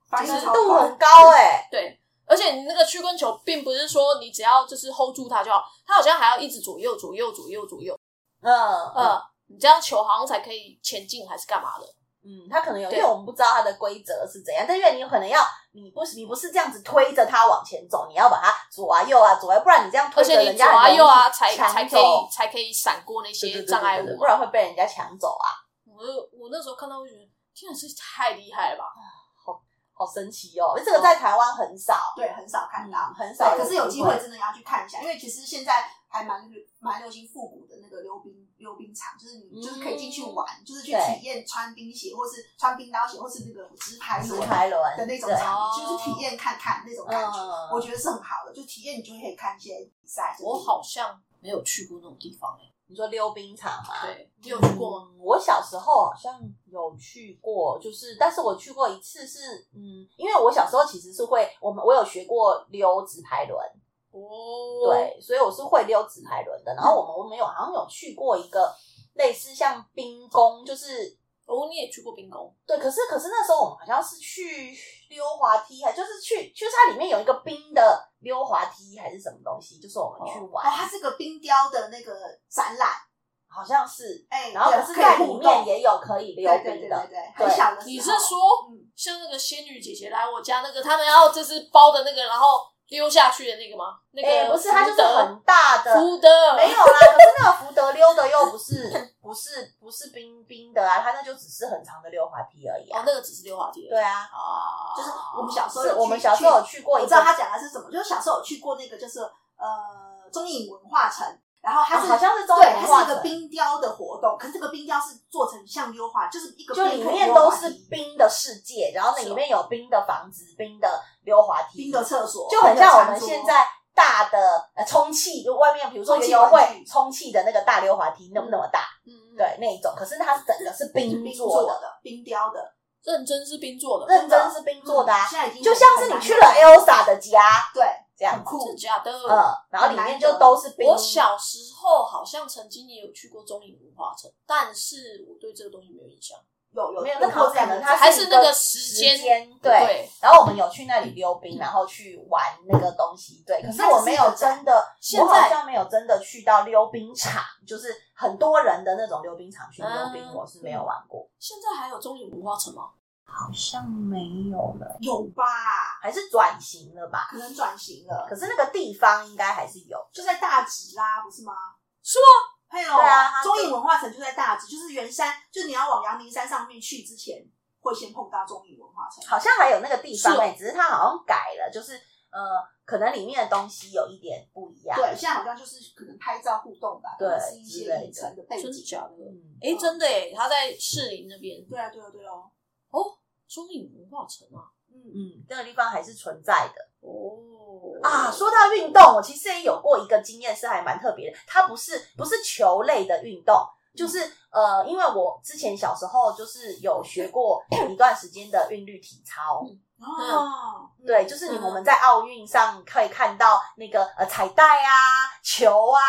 [SPEAKER 4] 反应
[SPEAKER 5] 就是
[SPEAKER 4] 超
[SPEAKER 3] 度
[SPEAKER 4] 快
[SPEAKER 3] 很高哎、
[SPEAKER 5] 对。而且你那个曲棍球，并不是说你只要就是 hold 住它就好，它好像还要一直左右左右左右左右，
[SPEAKER 3] 嗯嗯
[SPEAKER 5] 呃，你这样球好像才可以前进还是干嘛的？
[SPEAKER 3] 嗯，他可能有，因
[SPEAKER 5] 对
[SPEAKER 3] 为我们不知道他的规则是怎样，但因为你可能要，你不是你不是这样子推着他往前走，你要把他左啊右啊左啊，不然你这样推
[SPEAKER 5] 而
[SPEAKER 3] 着
[SPEAKER 5] 且你
[SPEAKER 3] 人
[SPEAKER 5] 左
[SPEAKER 3] 家
[SPEAKER 5] 啊
[SPEAKER 3] 很容易
[SPEAKER 5] 右啊，才
[SPEAKER 3] 抢
[SPEAKER 5] 才可
[SPEAKER 3] 走
[SPEAKER 5] 以才可以闪过那
[SPEAKER 3] 对对
[SPEAKER 5] 些
[SPEAKER 3] 对
[SPEAKER 5] 障碍
[SPEAKER 3] 对对
[SPEAKER 5] 物
[SPEAKER 3] 不。然会被人家抢走啊，
[SPEAKER 5] 我就我那时候看到，我觉得天啊，这太厉害了吧！
[SPEAKER 3] 好神奇哦！这个
[SPEAKER 5] 嗯
[SPEAKER 3] 在台湾很少，
[SPEAKER 4] 对，很少看到
[SPEAKER 3] 嗯。很少，
[SPEAKER 4] 对，可是有机会。真的要去看一下，因为其实现在还蛮蛮流行复古的那个溜冰溜冰场，就是你
[SPEAKER 3] 嗯
[SPEAKER 4] 就是可以进去玩，就是去
[SPEAKER 3] 对
[SPEAKER 4] 体验穿冰鞋，或是穿冰刀鞋，或是那个直排
[SPEAKER 3] 直
[SPEAKER 4] 轮
[SPEAKER 3] 排轮
[SPEAKER 4] 的那种
[SPEAKER 3] 对
[SPEAKER 4] 场地，
[SPEAKER 5] 哦
[SPEAKER 4] 就是体验看看那种感觉，
[SPEAKER 3] 嗯
[SPEAKER 4] 我觉得是很好的。就体验你就可以看一些比赛。就是
[SPEAKER 5] 我好像没有去过那种地方哎、
[SPEAKER 3] 你说溜冰场吗？
[SPEAKER 5] 对，你有去过吗？
[SPEAKER 3] 嗯我小时候好像有去过，就是，但是我去过一次是，嗯，因为我小时候其实是会，我们我有学过溜直排轮，
[SPEAKER 5] 哦，
[SPEAKER 3] 嗯对，所以我是会溜直排轮的。然后我们我们有好像有去过一个类似像冰宫，就是
[SPEAKER 5] 哦，你也去过冰宫？
[SPEAKER 3] 对，可是可是那时候我们好像是去溜滑梯，还就是去，就是它里面有一个冰的溜滑梯还是什么东西，就是我们去玩，
[SPEAKER 4] 哦，它是个冰雕的那个展览，
[SPEAKER 3] 好像是。
[SPEAKER 4] 哎，
[SPEAKER 3] 然后可是
[SPEAKER 4] 对
[SPEAKER 3] 在
[SPEAKER 4] 可以
[SPEAKER 3] 里
[SPEAKER 4] 互
[SPEAKER 3] 面
[SPEAKER 4] 动，
[SPEAKER 3] 也有可以溜
[SPEAKER 4] 对对
[SPEAKER 3] 冰
[SPEAKER 4] 对
[SPEAKER 3] 的
[SPEAKER 4] 对，对，
[SPEAKER 3] 对
[SPEAKER 4] 很小的时候。
[SPEAKER 5] 你是说
[SPEAKER 4] 嗯，
[SPEAKER 5] 像那个仙女姐姐来我家那个，他们要这只包的那个，然后溜下去的那个吗？那
[SPEAKER 3] 哎、
[SPEAKER 5] 个
[SPEAKER 3] 不是，它就是
[SPEAKER 5] 福德
[SPEAKER 3] 很大的，
[SPEAKER 5] 福德，
[SPEAKER 3] 没有啦。可是那个福德溜的又不是不是不是冰冰的啊，它那就只是很长的溜滑梯而已
[SPEAKER 5] 哦
[SPEAKER 3] 啊。，
[SPEAKER 5] 那个只是溜滑梯而已。
[SPEAKER 3] 对啊，
[SPEAKER 5] 啊，
[SPEAKER 4] 就是我们小时候
[SPEAKER 3] 是
[SPEAKER 4] 有去
[SPEAKER 3] 我们小时候有
[SPEAKER 4] 去
[SPEAKER 3] 去过一
[SPEAKER 4] 我
[SPEAKER 3] 个，
[SPEAKER 4] 知道他讲的是什么，就是小时候有去过那个，就是呃中影文化城，然后它是、
[SPEAKER 3] 啊好像是中影
[SPEAKER 4] 对，
[SPEAKER 3] 文
[SPEAKER 4] 它
[SPEAKER 3] 化
[SPEAKER 4] 是一个
[SPEAKER 3] 城，
[SPEAKER 4] 冰雕的活动，可是这个冰雕是做成像溜滑，就是一个
[SPEAKER 3] 就
[SPEAKER 4] 冰
[SPEAKER 3] 里
[SPEAKER 4] 可以
[SPEAKER 3] 面
[SPEAKER 4] 溜
[SPEAKER 3] 都
[SPEAKER 4] 滑
[SPEAKER 3] 是
[SPEAKER 4] 梯
[SPEAKER 3] 冰的世界，然后那
[SPEAKER 5] 是哦
[SPEAKER 3] 里面有冰的房子、冰的溜滑梯，
[SPEAKER 4] 冰的厕所，
[SPEAKER 3] 就很像我
[SPEAKER 4] 冰的
[SPEAKER 3] 们
[SPEAKER 4] 餐桌
[SPEAKER 3] 现。在大的呃充气，就外面比如说
[SPEAKER 4] 充
[SPEAKER 3] 游
[SPEAKER 4] 气
[SPEAKER 3] 泳
[SPEAKER 4] 玩
[SPEAKER 3] 会
[SPEAKER 4] 具
[SPEAKER 3] 充气的那个大溜滑梯，那么那么大，
[SPEAKER 5] 嗯，嗯，
[SPEAKER 3] 对那一种。可是它整个是冰
[SPEAKER 4] 嗯冰
[SPEAKER 3] 做
[SPEAKER 4] 做
[SPEAKER 3] 的，
[SPEAKER 4] 的、冰雕的，
[SPEAKER 5] 认真是冰做的，哦
[SPEAKER 3] 认真是冰做的啊
[SPEAKER 4] 嗯，现在已经
[SPEAKER 3] 就像是你去了
[SPEAKER 4] 很难
[SPEAKER 3] Elsa 的家
[SPEAKER 4] 对，
[SPEAKER 3] 这样
[SPEAKER 4] 很
[SPEAKER 3] 子。
[SPEAKER 5] 真
[SPEAKER 4] 酷
[SPEAKER 5] 的。假的？
[SPEAKER 3] 嗯，然后里面就都是冰。
[SPEAKER 5] 我小时候好像曾经也有去过中影文化城，但是我对这个东西没有印象。
[SPEAKER 4] 有有
[SPEAKER 3] 没有
[SPEAKER 4] 有
[SPEAKER 3] 那好
[SPEAKER 4] 过
[SPEAKER 3] 可
[SPEAKER 4] 这样
[SPEAKER 3] 能
[SPEAKER 4] 的
[SPEAKER 3] 它
[SPEAKER 5] 还
[SPEAKER 3] 是
[SPEAKER 5] 是
[SPEAKER 3] 一
[SPEAKER 5] 那
[SPEAKER 3] 个
[SPEAKER 5] 个时间
[SPEAKER 3] 对。然后我们有去那里溜冰，然后去玩那个东西，对。可是我没有真的，
[SPEAKER 5] 现
[SPEAKER 3] 我
[SPEAKER 5] 在
[SPEAKER 3] 好像没有真的去到溜冰场，就是很多人的那种溜冰场去溜冰，
[SPEAKER 5] 嗯
[SPEAKER 3] 我是没有玩过，
[SPEAKER 5] 现在还有中影文化城吗？
[SPEAKER 3] 好像没有了，
[SPEAKER 4] 有吧？
[SPEAKER 3] 还是转型了吧？
[SPEAKER 4] 可能转型了，
[SPEAKER 3] 可是那个地方应该还是有，
[SPEAKER 4] 就在大直啦，不是吗？
[SPEAKER 5] 是吗？
[SPEAKER 4] 还有
[SPEAKER 3] 对啊它
[SPEAKER 4] 中影文化城就在大直，就是圆山，就是你要往阳明山上面去之前，会先碰到中影文化城。
[SPEAKER 3] 好像还有那个地方
[SPEAKER 5] 是哦
[SPEAKER 3] 哎、只是它好像改了，就是呃，可能里面的东西有一点不一样，
[SPEAKER 4] 对，现在好像就是可能拍照互动吧，
[SPEAKER 3] 对
[SPEAKER 4] 可能是一些
[SPEAKER 3] 之类的
[SPEAKER 4] 影城的背
[SPEAKER 5] 真的
[SPEAKER 4] 景。
[SPEAKER 5] 假的？
[SPEAKER 3] 嗯，
[SPEAKER 5] 哎、真的哎，他在士林那边。
[SPEAKER 4] 对啊，对啊，对哦。
[SPEAKER 5] 哦，中影文化城啊。
[SPEAKER 4] 嗯，
[SPEAKER 3] 嗯，这个地方还是存在的。
[SPEAKER 5] 哦
[SPEAKER 3] 啊，说到运动，我其实也有过一个经验是还蛮特别的，它不是不是球类的运动，就是呃，因为我之前小时候就是有学过一段时间的韵律体操，
[SPEAKER 4] 哦，
[SPEAKER 3] 对，就是你
[SPEAKER 5] 嗯
[SPEAKER 3] 我们在奥运上可以看到那个呃彩带啊、球啊、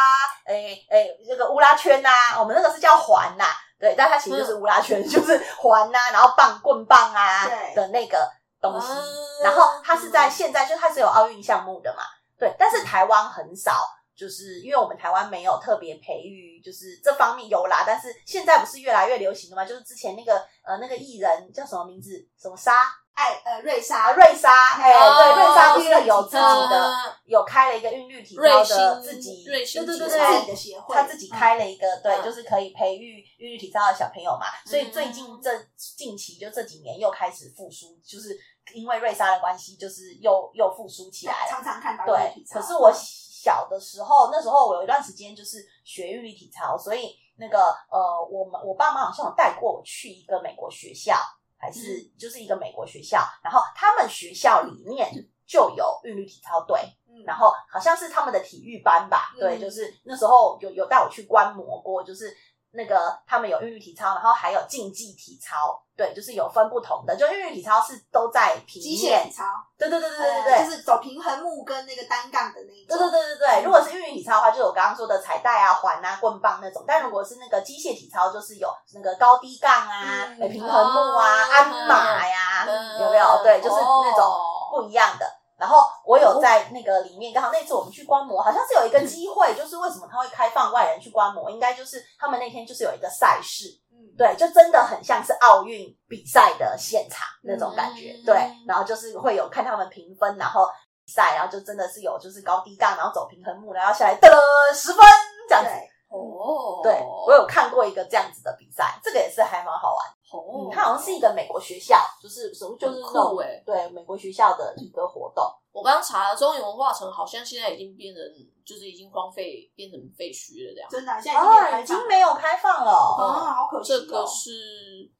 [SPEAKER 3] 诶、诶、这个乌拉圈呐、我们那个是叫环呐、对，但它其
[SPEAKER 5] 嗯
[SPEAKER 3] 实就是乌拉圈， <laughs> 就是环呐、然后棒棍棒啊
[SPEAKER 4] 对
[SPEAKER 3] 的那个东西。
[SPEAKER 5] 嗯
[SPEAKER 3] 然后它是在现在就它是有奥运项目的嘛，对，但是台湾很少，就是因为我们台湾没有特别培育，就是这方面有啦，但是现在不是越来越流行了吗？就是之前那个呃那个艺人叫什么名字？什么莎
[SPEAKER 4] 艾呃瑞
[SPEAKER 3] 啊
[SPEAKER 4] 莎，
[SPEAKER 3] 瑞莎，哎、对，
[SPEAKER 5] 哦
[SPEAKER 3] 瑞莎不是那个有自己的，
[SPEAKER 5] 呃
[SPEAKER 3] 有开了一个韵律体
[SPEAKER 5] 瑞
[SPEAKER 3] 操的
[SPEAKER 5] 星
[SPEAKER 3] 自己，
[SPEAKER 5] 瑞星
[SPEAKER 3] 对对
[SPEAKER 5] 体
[SPEAKER 3] 对
[SPEAKER 5] 操
[SPEAKER 4] 自
[SPEAKER 3] 对
[SPEAKER 4] 己，的协会，
[SPEAKER 3] 他自己开了一个，对，
[SPEAKER 5] 嗯
[SPEAKER 3] 就是可以培育韵律体操的小朋友嘛。所以最近
[SPEAKER 5] 嗯
[SPEAKER 3] 这近期就这几年又开始复苏，就是因为瑞莎的关系，就是又又复苏起来了。
[SPEAKER 4] 嗯常常看到韵律
[SPEAKER 3] 对
[SPEAKER 4] 体，操
[SPEAKER 3] 可是我小的时候，那时候我有一段时间就是学韵律体操，所以那个呃，我们我爸妈好像有带过我去一个美国学校，还是
[SPEAKER 4] 嗯
[SPEAKER 3] 就是一个美国学校，然后他们学校里面就有韵律体操队。
[SPEAKER 4] 嗯
[SPEAKER 3] 然后好像是他们的体育班吧，
[SPEAKER 4] 嗯
[SPEAKER 3] 对，就是那时候有有带我去观摩过，就是那个他们有韵律体操，然后还有竞技体操，对，就是有分不同的，就韵律体操是都在平
[SPEAKER 4] 机械
[SPEAKER 3] 面
[SPEAKER 4] 体，操，
[SPEAKER 3] 对对对对对
[SPEAKER 4] 呃
[SPEAKER 3] 对对。
[SPEAKER 4] 就是走平衡木跟那个单杠的那一
[SPEAKER 3] 对
[SPEAKER 4] 种，
[SPEAKER 3] 对对对对，如果是韵律体操的话，就是我刚刚说的彩带啊、环啊、棍棒那种；但如果是那个机械体操，就是有那个高低杠啊、
[SPEAKER 4] 嗯
[SPEAKER 3] 呃平衡木啊、
[SPEAKER 5] 哦嗯
[SPEAKER 3] 鞍马呀、有没有？对，就是那种
[SPEAKER 5] 啊哦、
[SPEAKER 3] 不一样的。然后我有在那个里面，刚好那次我们去观
[SPEAKER 5] 哦
[SPEAKER 3] 摩，好像是有一个机会，就是为什么他会开放外人去观摩，应该就是他们那天就是有一个赛事，
[SPEAKER 4] 嗯，
[SPEAKER 3] 对，就真的很像是奥运比赛的现场那种感觉，
[SPEAKER 5] 嗯
[SPEAKER 3] 对。然后就是会有看他们评分，然后比赛，然后就真的是有就是高低杠，然后走平衡木，然后下来得十分这样子。
[SPEAKER 4] 对，
[SPEAKER 5] 哦，
[SPEAKER 3] 对，我有看过一个这样子的比赛，这个也是还蛮好玩。
[SPEAKER 5] 哦
[SPEAKER 3] 嗯，，它好像是一个美国学校，就是什么就是那种
[SPEAKER 5] 很酷欸
[SPEAKER 3] 对美国学校的一个活动。
[SPEAKER 5] 我刚查了，中影文化城好像现在已经变成，就是已经荒废，变成废墟了这样。
[SPEAKER 4] 真的现在
[SPEAKER 3] 哦，
[SPEAKER 4] 已
[SPEAKER 3] 已
[SPEAKER 4] 经
[SPEAKER 3] 经没有开放了。
[SPEAKER 4] 啊，好可惜
[SPEAKER 5] 这
[SPEAKER 4] 哦，
[SPEAKER 5] 个是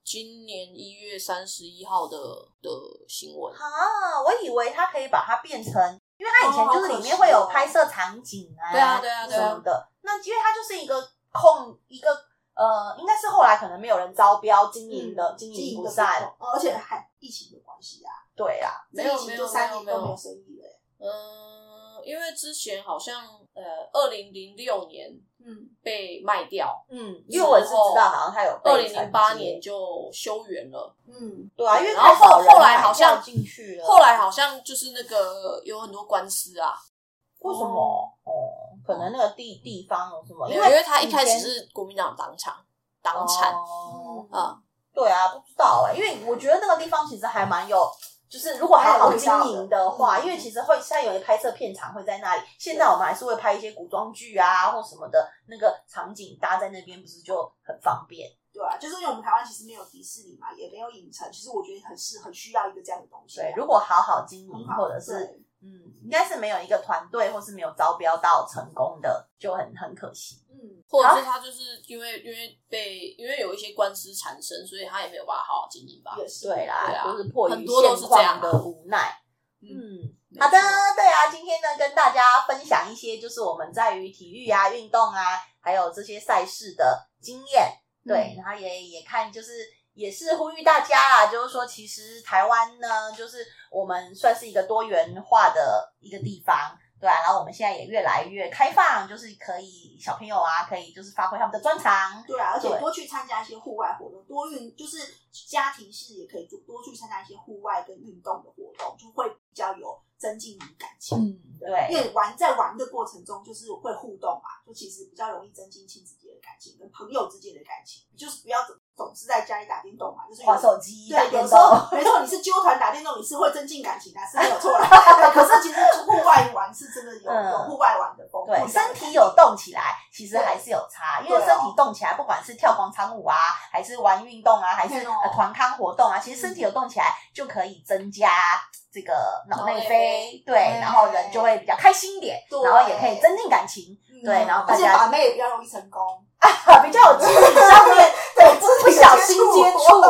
[SPEAKER 5] 今年一月三十一号的的新闻。
[SPEAKER 3] 啊，我以为它可以把它变成，因为它以前就是里面
[SPEAKER 4] 哦好可惜哦
[SPEAKER 3] 会有拍摄场景啊，
[SPEAKER 5] 对啊对啊对啊
[SPEAKER 3] 什么的。那因为它就是一个空一个呃，应该是后来可能没有人招标经
[SPEAKER 4] 嗯
[SPEAKER 3] 营
[SPEAKER 5] 嗯
[SPEAKER 3] 的，经营不善。
[SPEAKER 4] 哦而且还疫情的关系啊，
[SPEAKER 3] 对啊，
[SPEAKER 5] 没有
[SPEAKER 4] 这疫情就三年都没有生意了，
[SPEAKER 5] 嗯，因为之前好像呃，二零零六年
[SPEAKER 4] 嗯，
[SPEAKER 5] 被卖掉，
[SPEAKER 3] 嗯，因为我也是知道，好像它有被
[SPEAKER 5] 二零零八
[SPEAKER 3] 承接
[SPEAKER 5] 年就休园了。
[SPEAKER 4] 嗯，
[SPEAKER 3] 对啊，因为
[SPEAKER 5] 然后
[SPEAKER 3] 太少人
[SPEAKER 5] 后来好像
[SPEAKER 3] 买票进去了，
[SPEAKER 5] 后来好像就是那个有很多官司啊，
[SPEAKER 3] 为什么？哦，可能那个地地方有什么？
[SPEAKER 5] 没有
[SPEAKER 3] 哦为
[SPEAKER 5] 因为他一开
[SPEAKER 3] 以
[SPEAKER 5] 始
[SPEAKER 3] 前
[SPEAKER 5] 是国民党党产党产
[SPEAKER 3] 哦
[SPEAKER 5] 啊，
[SPEAKER 3] 对啊，不知道哎、因为我觉得那个地方其实还蛮有，就是如果还好经营的话，
[SPEAKER 4] 还有味道的
[SPEAKER 3] 因为其实会现在有些拍摄片场会在那里，现在我们还是会拍一些古装剧啊或什么的，那个场景搭在那边不是就很方便？
[SPEAKER 4] 对啊，就是因为我们台湾其实没有迪士尼嘛，也没有影城，其实我觉得很是很需要一个这样的东西啊，
[SPEAKER 3] 对，如果好好经
[SPEAKER 4] 很
[SPEAKER 3] 营，
[SPEAKER 4] 好
[SPEAKER 3] 或者是
[SPEAKER 4] 对
[SPEAKER 3] 嗯，应该是没有一个团队或是没有招标到成功的，就很很可惜。
[SPEAKER 4] 嗯，
[SPEAKER 5] 或
[SPEAKER 3] 啊
[SPEAKER 5] 者是他就是因为因为被因为有一些官司缠身，所以他也没有办法好好经营吧。
[SPEAKER 4] 也是
[SPEAKER 3] 对啦，
[SPEAKER 5] 对啊
[SPEAKER 3] 就是迫于
[SPEAKER 5] 很多都
[SPEAKER 3] 现
[SPEAKER 5] 是这
[SPEAKER 3] 况
[SPEAKER 5] 样啊
[SPEAKER 3] 的无奈。嗯，
[SPEAKER 5] 没
[SPEAKER 3] 好的，
[SPEAKER 5] 错
[SPEAKER 3] 对啊，今天呢跟大家分享一些就是我们在于体育啊、运动啊，还有这些赛事的经验。对，然后也也看就是。也是呼吁大家啊，就是说，其实台湾呢，就是我们算是一个多元化的一个地方，对啊，然后我们现在也越来越开放，就是可以小朋友啊，可以就是发挥他们的专长，
[SPEAKER 4] 对啊，而且
[SPEAKER 3] 对
[SPEAKER 4] 多去参加一些户外活动，多运就是家庭式也可以做，多去参加一些户外跟运动的活动，就会比较有增进你感情。
[SPEAKER 5] 嗯，
[SPEAKER 4] 因
[SPEAKER 3] 对，
[SPEAKER 4] 为玩在玩的过程中，就是会互动嘛，就其实比较容易增进亲子间的感情跟朋友之间的感情，就是不要总总是在家里打电动嘛，就是有
[SPEAKER 3] 划手机，打
[SPEAKER 4] 对，
[SPEAKER 3] 电
[SPEAKER 4] 有时
[SPEAKER 3] 动
[SPEAKER 4] 候没错，你是纠团打电动，你是会增进感情的，啊是没有错
[SPEAKER 3] <laughs>
[SPEAKER 4] 啦。对可是其实户外玩是真的有、
[SPEAKER 3] 嗯
[SPEAKER 4] 有户外玩的风，
[SPEAKER 3] 对，身体有动起来，其实
[SPEAKER 4] 对
[SPEAKER 3] 还是有差，因
[SPEAKER 4] 对
[SPEAKER 3] 为
[SPEAKER 4] 哦
[SPEAKER 3] 身体动起来，不管是跳广场舞啊，还是玩运动啊，还是
[SPEAKER 4] 对哦
[SPEAKER 3] 呃团康活动啊，其实身体有动起来就可以增加这个脑内
[SPEAKER 5] 脑内
[SPEAKER 3] 啡
[SPEAKER 5] 啡，
[SPEAKER 3] 对，然后人就会比较开心一点，
[SPEAKER 4] 对
[SPEAKER 3] 然后也可以增进感情，嗯对然后大
[SPEAKER 4] 嗯而且
[SPEAKER 3] 家
[SPEAKER 4] 把妹也比较容易成功，
[SPEAKER 3] 比较有肢体上面对 <laughs> 不不小心接 <laughs>
[SPEAKER 4] <laughs>
[SPEAKER 3] 触，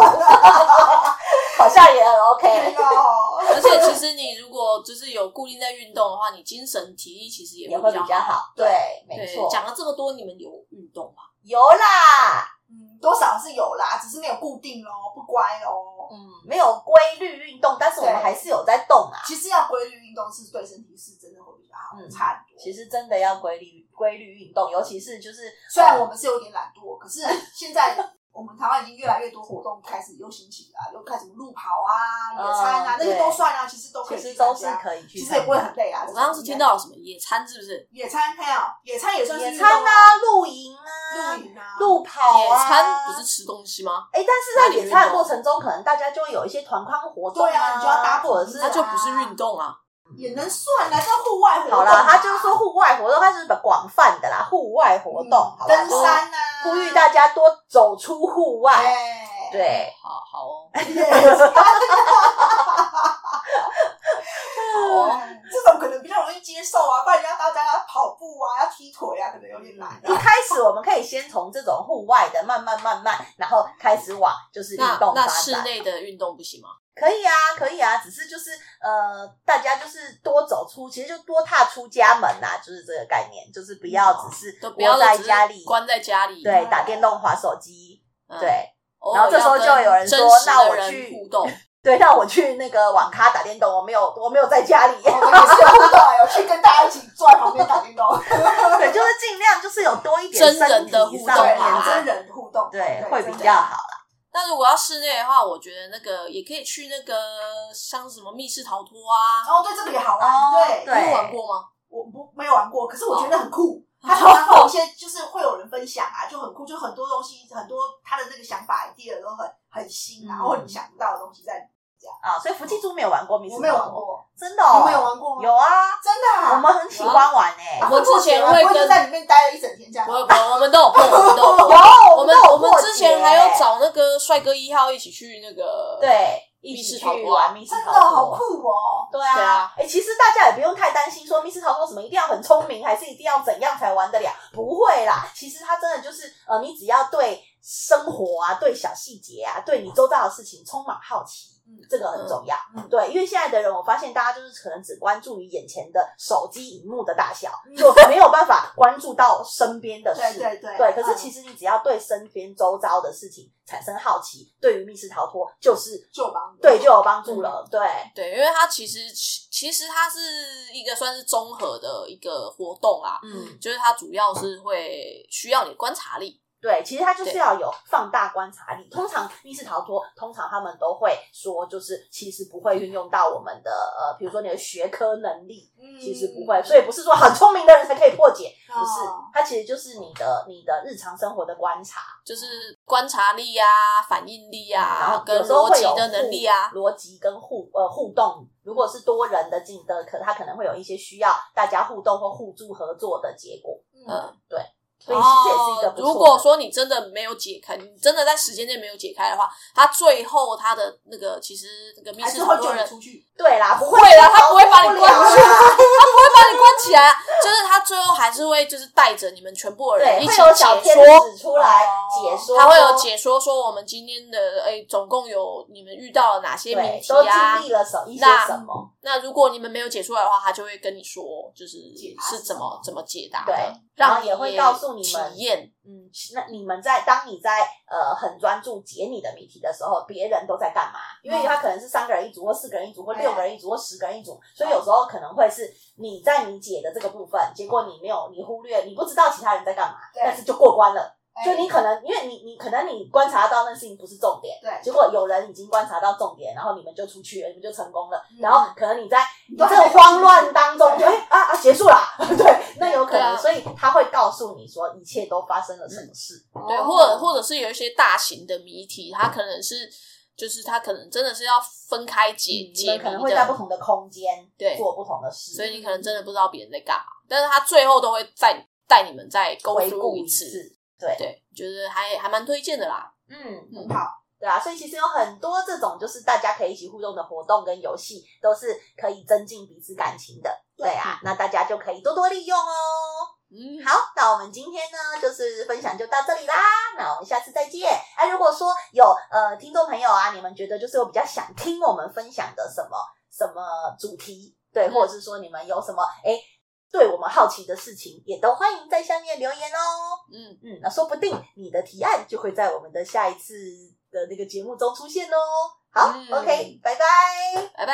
[SPEAKER 3] 好像也很 OK，
[SPEAKER 4] 哦，
[SPEAKER 5] 而
[SPEAKER 3] <laughs>
[SPEAKER 5] 且其实你如果就是有固定在运动的话，你精神体力其实也
[SPEAKER 3] 也会
[SPEAKER 5] 比
[SPEAKER 3] 比较
[SPEAKER 5] 好。
[SPEAKER 3] 好，对，没
[SPEAKER 5] 对
[SPEAKER 3] 错，，
[SPEAKER 5] 讲了这么多，你们有运动吗？
[SPEAKER 3] 有啦，
[SPEAKER 4] 嗯，多少是有啦，只是没有固定咯，不乖咯。
[SPEAKER 3] 嗯，没有规律运动，但是我们
[SPEAKER 4] 对
[SPEAKER 3] 还是有在动啊。
[SPEAKER 4] 其实要规律运动是对身体是真的会比较好，
[SPEAKER 3] 嗯
[SPEAKER 4] 差很多。
[SPEAKER 3] 其实真的要规律规律运动，尤其是就是哦
[SPEAKER 4] 虽然我们是有点懒惰，可是现在我们台湾已经越来越多活动开始又兴起了，又开始路跑啊、野餐啊，
[SPEAKER 3] 嗯
[SPEAKER 4] 那些
[SPEAKER 3] 对
[SPEAKER 4] 都算啊，其实都
[SPEAKER 3] 其
[SPEAKER 4] 可以去
[SPEAKER 3] 实都
[SPEAKER 4] 参
[SPEAKER 3] 是
[SPEAKER 4] 加。
[SPEAKER 3] 可以去
[SPEAKER 4] 其
[SPEAKER 3] 参加，
[SPEAKER 4] 实也不会很累啊。
[SPEAKER 5] 我刚刚是听到了什么野餐，是不是？
[SPEAKER 4] 野餐，还有野餐也算是
[SPEAKER 3] 野
[SPEAKER 4] 运
[SPEAKER 3] 餐
[SPEAKER 4] 动
[SPEAKER 3] 啊、露营啊、
[SPEAKER 4] 露营啊，
[SPEAKER 3] 路跑
[SPEAKER 5] 野
[SPEAKER 3] 啊。
[SPEAKER 5] 餐不是吃东西吗？
[SPEAKER 3] 哎，但是在野餐的过程中，可能大家就会有一些团康活动
[SPEAKER 4] 对啊你就要搭
[SPEAKER 3] 或者是
[SPEAKER 4] 啊
[SPEAKER 5] 那就不是运动啊。
[SPEAKER 4] 也能算啊，叫户外活动
[SPEAKER 3] 好
[SPEAKER 4] 啊。
[SPEAKER 3] 啦，他就是说户外活动，他是很广泛的啦，户外活动，
[SPEAKER 4] 嗯
[SPEAKER 3] 好吧，
[SPEAKER 4] 登山啊，
[SPEAKER 3] 就是呼吁大家多走出户外，
[SPEAKER 4] 哎，
[SPEAKER 3] 对，
[SPEAKER 5] 好好哦，
[SPEAKER 4] <laughs> 野餐
[SPEAKER 5] 好哦。
[SPEAKER 4] 这种可能比较容易接受啊，不然要大家要跑步啊，要踢腿啊，可能有点难
[SPEAKER 3] 一
[SPEAKER 4] 啊。
[SPEAKER 3] 开始我们可以先从这种户外的慢慢慢慢，然后开始往 <laughs> 就是运
[SPEAKER 5] 那
[SPEAKER 3] 动发
[SPEAKER 5] 那
[SPEAKER 3] 展。
[SPEAKER 5] 室内的运动不行吗？
[SPEAKER 3] 可以啊，可以啊，只是就是呃，大家就是多走出，其实就多踏出家门呐、就是这个概念，就是不要只是
[SPEAKER 5] 嗯都不要
[SPEAKER 3] 窝在
[SPEAKER 5] 只是
[SPEAKER 3] 家里，
[SPEAKER 5] 关在家里。
[SPEAKER 3] 对，打电动、划手机，
[SPEAKER 5] 嗯，
[SPEAKER 3] 对
[SPEAKER 5] 偶尔
[SPEAKER 3] 然后这时候就有人说
[SPEAKER 5] 要跟真实的
[SPEAKER 3] 那我
[SPEAKER 5] 人
[SPEAKER 3] 去
[SPEAKER 5] 互
[SPEAKER 3] <laughs>
[SPEAKER 5] 动，
[SPEAKER 3] 对，让我去那个网咖打电动，我没有，我没有在家
[SPEAKER 5] <laughs>
[SPEAKER 3] 里，
[SPEAKER 4] 我们也是有互动啊，有去跟大家一起坐在旁边打电动，
[SPEAKER 3] 对，就是尽量就是有多一点
[SPEAKER 5] 真人的
[SPEAKER 3] 身体
[SPEAKER 5] 互
[SPEAKER 3] 上
[SPEAKER 5] 动
[SPEAKER 4] 对
[SPEAKER 3] 面
[SPEAKER 4] 啊，
[SPEAKER 5] 啊
[SPEAKER 4] 真人互动，
[SPEAKER 3] 对会比
[SPEAKER 4] 真的
[SPEAKER 3] 较好啦。
[SPEAKER 5] 那如果要室内的话，我觉得那个也可以去那个像什么密室逃脱啊，
[SPEAKER 4] 哦，对，这个也好玩，
[SPEAKER 3] 哦
[SPEAKER 4] 对，
[SPEAKER 3] 对
[SPEAKER 5] 你有玩过吗？
[SPEAKER 4] 我不没有玩过，可是我觉得很酷。
[SPEAKER 3] 哦
[SPEAKER 4] 他常常会有一些，就是会有人分享啊，就很酷，就很多东西，很多他的那个想法 idea 都很很新，
[SPEAKER 3] 嗯
[SPEAKER 4] 然后你想不到的东西在里面。
[SPEAKER 3] 啊，所以福气猪没有玩过密室
[SPEAKER 4] 我没有
[SPEAKER 3] 逃
[SPEAKER 4] 玩
[SPEAKER 3] 脱，
[SPEAKER 4] 过，
[SPEAKER 3] 真的、哦，
[SPEAKER 4] 你们有玩过吗？
[SPEAKER 3] 有啊，
[SPEAKER 4] 真的啊，
[SPEAKER 3] 我们很喜欢玩欸诶、
[SPEAKER 4] 啊
[SPEAKER 5] 我之前
[SPEAKER 4] 会
[SPEAKER 5] 会
[SPEAKER 4] 不就
[SPEAKER 5] 跟
[SPEAKER 4] 在里面待了一整天这样
[SPEAKER 5] 不。会不会，我们都有碰，我们都有
[SPEAKER 3] <laughs>
[SPEAKER 5] 碰。
[SPEAKER 3] 有，
[SPEAKER 5] 我们
[SPEAKER 3] 都有
[SPEAKER 5] 我们
[SPEAKER 3] 破
[SPEAKER 5] 之前还
[SPEAKER 3] 解
[SPEAKER 5] 有找那个帅哥一号一起去那个，
[SPEAKER 3] 对，一
[SPEAKER 5] 密
[SPEAKER 3] 起
[SPEAKER 5] 室
[SPEAKER 3] 去
[SPEAKER 5] 逃脱
[SPEAKER 3] 玩密室
[SPEAKER 4] 真的
[SPEAKER 3] 逃脱，
[SPEAKER 4] 好酷哦！
[SPEAKER 3] 对啊，
[SPEAKER 5] 对啊
[SPEAKER 3] 哎、其实大家也不用太担心，说密室逃脱什么一定要很聪明，还是一定要怎样才玩得了？不会啦，其实它真的就是，呃，你只要对生活啊、对小细节啊、对你周遭的事情充满好奇，嗯，这个很重要。
[SPEAKER 4] 嗯
[SPEAKER 3] 对，因为现在的人，我发现大家就是可能只关注于眼前的手机荧幕的大小，就没有办法关注到身边的
[SPEAKER 4] 对
[SPEAKER 3] 事。
[SPEAKER 4] 对对，
[SPEAKER 3] 对，可是
[SPEAKER 4] 嗯
[SPEAKER 3] 其实你只要对身边周遭的事情产生好奇，对于密室逃脱就是
[SPEAKER 4] 就帮
[SPEAKER 3] 对就有帮助
[SPEAKER 5] 嗯
[SPEAKER 3] 了。对，
[SPEAKER 5] 对，因为它其实其其实它是一个算是综合的一个活动啦，
[SPEAKER 3] 嗯，
[SPEAKER 5] 就是它主要是会需要你的观察力，
[SPEAKER 3] 对，其实它就是
[SPEAKER 5] 对
[SPEAKER 3] 要有放大观察力。通常密室逃脱，通常他们都会说，就是其实不会运用到我们的呃，比如说你的学科能力，其实不会。
[SPEAKER 5] 嗯
[SPEAKER 3] 所以不是说很聪明的人才可以破解，
[SPEAKER 4] 不
[SPEAKER 3] 不是，
[SPEAKER 5] 哦
[SPEAKER 3] 它其实就是你的你的日常生活的观察，
[SPEAKER 5] 就是观察力啊、反应力
[SPEAKER 3] 然
[SPEAKER 5] 啊
[SPEAKER 3] 后、
[SPEAKER 5] 跟
[SPEAKER 3] 有时候
[SPEAKER 5] 逻
[SPEAKER 3] 会
[SPEAKER 5] 辑
[SPEAKER 3] 有
[SPEAKER 5] 的能
[SPEAKER 3] 互
[SPEAKER 5] 力啊，
[SPEAKER 3] 逻辑跟互呃互动。如果是多人的进的，可他可能会有一些需要大家互动或互助合作的结果，
[SPEAKER 5] 嗯，
[SPEAKER 3] 所以其实也是一个不错的。
[SPEAKER 5] 哦如果说你真的没有解开，你真的在时间内没有解开的话，它最后它的那个其实那个密
[SPEAKER 4] 还
[SPEAKER 5] 室
[SPEAKER 4] 是
[SPEAKER 5] 逃
[SPEAKER 4] 会
[SPEAKER 5] 脱
[SPEAKER 4] 叫
[SPEAKER 5] 人
[SPEAKER 4] 你出去。
[SPEAKER 3] 对啦，不
[SPEAKER 5] 啊会啦，他不会把你关
[SPEAKER 3] 逃
[SPEAKER 5] 起来，啊
[SPEAKER 3] 脱不了啦
[SPEAKER 5] 他不会把你关起来，啊就是他最后还是会就是带着你们全部的人
[SPEAKER 3] 对，
[SPEAKER 5] 一
[SPEAKER 3] 会
[SPEAKER 5] 起
[SPEAKER 3] 有小
[SPEAKER 5] 解
[SPEAKER 3] 天
[SPEAKER 5] 说。
[SPEAKER 3] 使出来
[SPEAKER 4] 哦
[SPEAKER 3] 解说，
[SPEAKER 5] 他会有解说说我们今天的哎、总共有你们遇到了哪些谜
[SPEAKER 3] 对，
[SPEAKER 5] 题
[SPEAKER 3] 都
[SPEAKER 5] 啊
[SPEAKER 3] 经？历了什一些
[SPEAKER 5] 那
[SPEAKER 3] 什么？
[SPEAKER 5] 那如果你们没有解出来的话，他就会跟你说，就是
[SPEAKER 4] 解答
[SPEAKER 5] 是
[SPEAKER 4] 是
[SPEAKER 5] 怎么
[SPEAKER 4] 什么
[SPEAKER 5] 怎么解答
[SPEAKER 3] 对
[SPEAKER 5] 的，
[SPEAKER 3] 然后
[SPEAKER 5] 让你
[SPEAKER 3] 也会告诉你
[SPEAKER 5] 体
[SPEAKER 3] 们
[SPEAKER 5] 验。
[SPEAKER 3] 嗯，那你们在当你在呃很专注解你的谜题的时候，别人都在干嘛？因为他可能是三个人一组，或四个人一组，
[SPEAKER 5] 哎
[SPEAKER 3] 或六个人一组，或十个人一组，所以有时候可能会是你在你解的这个部分，结果你没有，你忽略，你不知道其他人在干嘛，
[SPEAKER 4] 对
[SPEAKER 3] 但是就过关了。
[SPEAKER 4] 哎
[SPEAKER 3] 就你可能因为你你可能你观察到那事情不是重点，
[SPEAKER 4] 对
[SPEAKER 3] 结果有人已经观察到重点，然后你们就出去了，你们就成功了，
[SPEAKER 4] 嗯
[SPEAKER 3] 然后可能你在你
[SPEAKER 4] 都
[SPEAKER 3] 这
[SPEAKER 4] 还
[SPEAKER 3] 个
[SPEAKER 4] 没
[SPEAKER 3] 慌乱当中
[SPEAKER 4] 出去
[SPEAKER 3] 就哎啊啊结束啦， <laughs> 对，那有可
[SPEAKER 5] 对
[SPEAKER 3] 能，
[SPEAKER 5] 啊
[SPEAKER 3] 所以他会告诉你说一切都发生了什么事，
[SPEAKER 4] 嗯
[SPEAKER 5] 对，
[SPEAKER 4] 哦
[SPEAKER 5] 或者或者是有一些大型的谜题，它可能是就是它可能真的是要分开解
[SPEAKER 3] 嗯你
[SPEAKER 5] 解
[SPEAKER 3] 们
[SPEAKER 5] 谜
[SPEAKER 3] 可能会在不
[SPEAKER 5] 的，
[SPEAKER 3] 同的空间
[SPEAKER 5] 对
[SPEAKER 3] 做不同的事，
[SPEAKER 5] 所以你可能真的不知道别人在干嘛，但是他最后都会再带你们再勾
[SPEAKER 3] 回
[SPEAKER 5] 复
[SPEAKER 3] 顾
[SPEAKER 5] 一
[SPEAKER 3] 一
[SPEAKER 5] 次。
[SPEAKER 3] 次，对，
[SPEAKER 5] 对，就是还还蛮推荐的啦。
[SPEAKER 3] 嗯。
[SPEAKER 5] 嗯
[SPEAKER 4] 好，
[SPEAKER 3] 对啊，所以其实有很多这种就是大家可以一起互动的活动跟游戏，都是可以增进彼此感情的。对啊，那大家就可以多多利用哦。
[SPEAKER 5] 嗯，
[SPEAKER 3] 好，那我们今天呢，就是分享就到这里啦。那我们下次再见。哎、如果说有呃听众朋友啊，你们觉得就是有比较想听我们分享的什么什么主题，对，或者是说你们有什么哎、对我们好奇的事情，也都欢迎在下面留言哦。
[SPEAKER 5] 嗯，
[SPEAKER 3] 嗯，那说不定你的提案就会在我们的下一次的那个节目中出现哦。好、
[SPEAKER 5] 嗯
[SPEAKER 3] o k 拜拜。
[SPEAKER 5] 拜拜。